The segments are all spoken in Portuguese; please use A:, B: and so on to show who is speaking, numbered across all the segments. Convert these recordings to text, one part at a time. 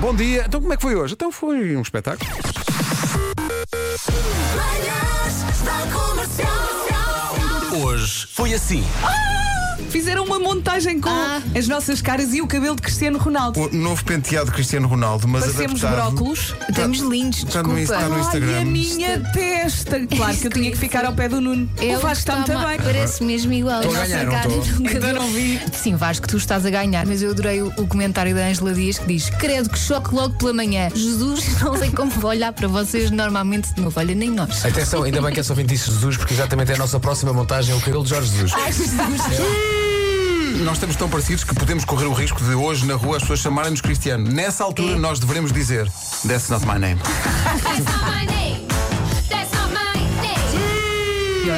A: Bom dia. Então como é que foi hoje? Então foi um espetáculo.
B: Manhãs da comercial.
C: Hoje foi assim.
D: Fizeram uma montagem com as nossas caras e o cabelo de Cristiano Ronaldo.
E: O novo penteado Cristiano Ronaldo, mas
D: Parecemos
E: adaptado.
D: brócolos.
F: Estamos lindos,
E: Está no, Insta- está tá no
F: desculpa.
D: Ai, a
E: Instagram.
D: minha testa! Claro que eu tinha que ficar ao pé do Nuno.
F: Eu
D: o Vasco está muito
F: estava-
D: bem.
F: Parece mesmo igual.
E: Estou a
F: Nossa
E: ganhar, não
F: cara
E: estou?
F: nunca
D: Ainda
F: deu.
D: não vi.
F: Sim, Vasco, tu estás a ganhar, mas eu adorei o, o comentário da Angela Dias que diz: Credo que choque logo pela manhã. Jesus, não sei como vou olhar para vocês normalmente de novo. Olha, nem nós.
C: Atenção, ainda bem que essa ouvinte disse Jesus, porque exatamente é a nossa próxima montagem, é o cabelo de Jorge Jesus.
F: Ai, Jesus.
A: Nós estamos tão parecidos que podemos correr o risco de hoje na rua as pessoas chamarem-nos Cristiano. Nessa altura nós devemos dizer That's not my name.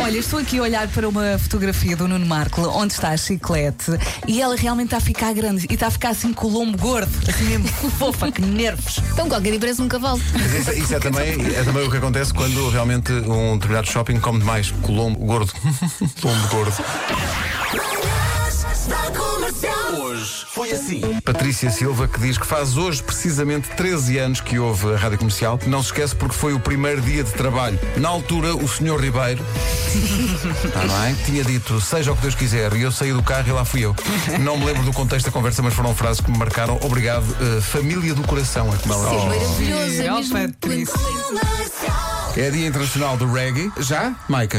D: Olha, estou aqui a olhar para uma fotografia do Nuno Marco, onde está a chiclete, e ela realmente está a ficar grande e está a ficar assim com o lombo gordo, assim mesmo, fofa, que nervos.
F: Então, qualquer dia parece um cavalo.
E: Mas Isso, isso é, também, é também o que acontece quando realmente um determinado shopping come demais. Colombo gordo. Colombo gordo.
B: Manhãs da comercial.
C: Hoje foi assim.
E: Patrícia Silva que diz que faz hoje precisamente 13 anos que houve a rádio comercial. Não se esquece porque foi o primeiro dia de trabalho. Na altura, o senhor Ribeiro tá bem, tinha dito seja o que Deus quiser e eu saí do carro e lá fui eu. Não me lembro do contexto da conversa, mas foram frases que me marcaram. Obrigado, eh, família do coração. É como ela
F: Sim,
E: Oh.
F: maravilhoso. É
D: Oh,
F: mesmo
D: Patrícia.
F: pleno.
B: Comercial.
A: É Dia Internacional do Reggae. Já? Maica.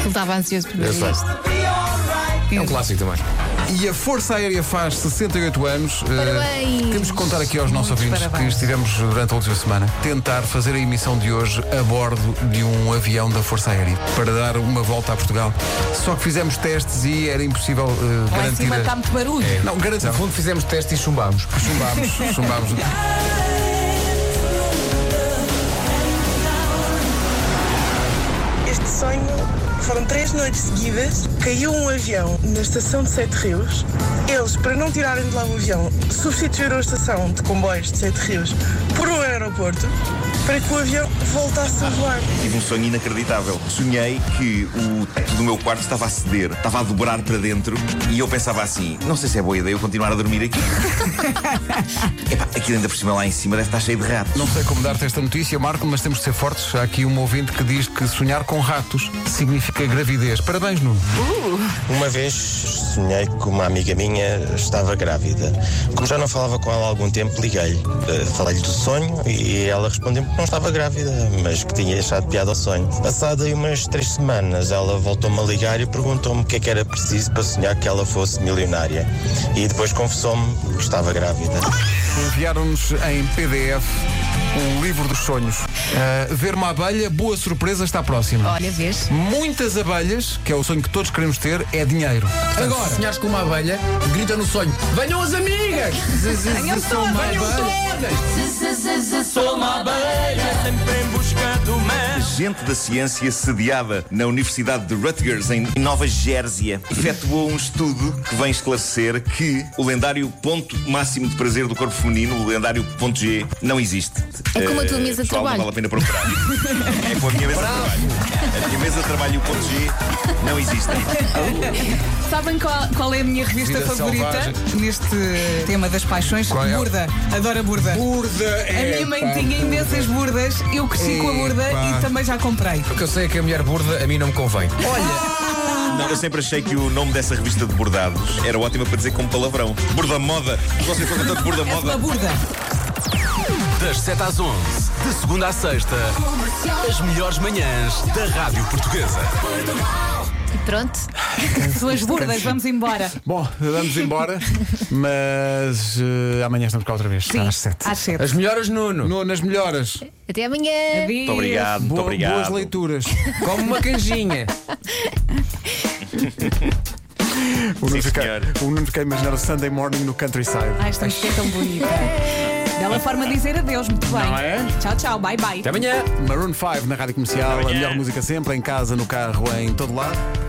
F: Ele estava ansioso por ver isto.
C: É um clássico também.
A: E a Força Aérea faz 68 anos. Eh,
F: Parabéns.
A: temos que contar aqui aos nossos
D: Muitos
A: ouvintes que
D: parabéns.
A: estivemos durante a última semana a tentar fazer a emissão de hoje a bordo de um avião da Força Aérea para dar uma volta a Portugal. Só que fizemos testes e era impossível eh,
D: Lá em
A: garantir.
D: cima
A: a-
D: está muito barulho.
E: É,
A: Não, garantir.
C: No fundo fizemos teste e chumbámos.
A: Chumbámos, chumbámos.
G: Este sonho foram três noites seguidas. Caiu um avião na estação de Sete Rios. Eles, para não tirarem de lá o avião, substituíram a estação de comboios de Sete Rios por um aeroporto para que o avião voltasse a voar.
H: Tive um sonho inacreditável. Sonhei que o teto do meu quarto estava a ceder, estava a dobrar para dentro e eu pensava assim: não sei se é boa ideia eu continuar a dormir aqui. Epá, aquilo ainda por cima lá em cima deve estar cheio de ratos.
A: Não sei como dar-te esta notícia, Marco, mas temos de ser fortes. Há aqui um ouvinte que diz que sonhar com ratos significa gravidez. Parabéns, Nuno.
I: Uma vez sonhei que uma amiga minha estava grávida. Como já não falava com ela há algum tempo, liguei-lhe. Eh, Falei-lhe do sonho e ela respondeu-me que não estava grávida, mas que tinha deixado piada ao sonho. Passado aí umas três semanas, ela voltou-me a ligar e perguntou-me o que é que era preciso para sonhar que ela fosse milionária. E depois confessou-me que estava grávida.
A: Enviaram-nos em PDF um livro dos sonhos. Ah, ver uma abelha, boa surpresa, está próxima.
F: Olha, vês?
A: Muitas abelhas, que é o sonho que todos queremos ter, é dinheiro.
C: Agora, se sonhares com uma abelha, grita no sonho: Venham as amigas!
D: Venham todas, venham todas!
H: Gente da ciência sediada na Universidade de Rutgers, em Nova Gérzia, efetuou um estudo que vem esclarecer que o lendário ponto máximo de prazer do corpo feminino, o lendário ponto G, não existe.
F: É como a tua
H: Eh,
F: mesa de
H: pessoal,
F: trabalho.
H: Não vale a pena procurar. é com a minha mesa de trabalho. A minha mesa de trabalho e o ponto G não existem.
D: Sabem qual, qual é a minha revista
A: Vida
D: favorita
A: Selvagem.
D: neste tema das paixões?
A: Qual é?
D: Burda. Adoro a burda.
A: Burda
D: A minha mãe tinha imensas burdas, eu cresci com a burda
A: Epá.
D: e também já comprei.
C: O que eu sei é que a mulher burda a mim não me convém.
H: Não, eu sempre achei que o nome dessa revista de bordados era ótima para dizer como palavrão. Borda moda. Você foi tanto borda
D: És uma
H: moda.
D: burda.
J: Das 7 às 11, de segunda à sexta, as melhores manhãs da Rádio Portuguesa.
F: E pronto.
D: Suas burdas, vamos embora.
A: Bom, vamos embora, mas eh, amanhã estamos cá outra vez.
D: Sim,
A: Às sete.
D: Às sete.
C: As melhoras, Nuno.
A: No- nas melhoras.
F: Até amanhã.
D: Adeus.
H: Muito obrigado, muito
A: Boa- Boas
H: obrigado.
A: leituras.
C: Come uma canjinha.
A: O Nuno,
H: Sim,
A: fica,
H: senhor.
A: o Nuno fica a imaginar o Sunday morning no countryside.
D: Ai, esta música é tão bonita. Bela forma de dizer adeus, muito bem.
A: Não é?
D: Tchau, tchau, bye, bye.
C: Até amanhã.
A: Maroon 5 na rádio comercial, a melhor música sempre, em casa, no carro, em todo lado.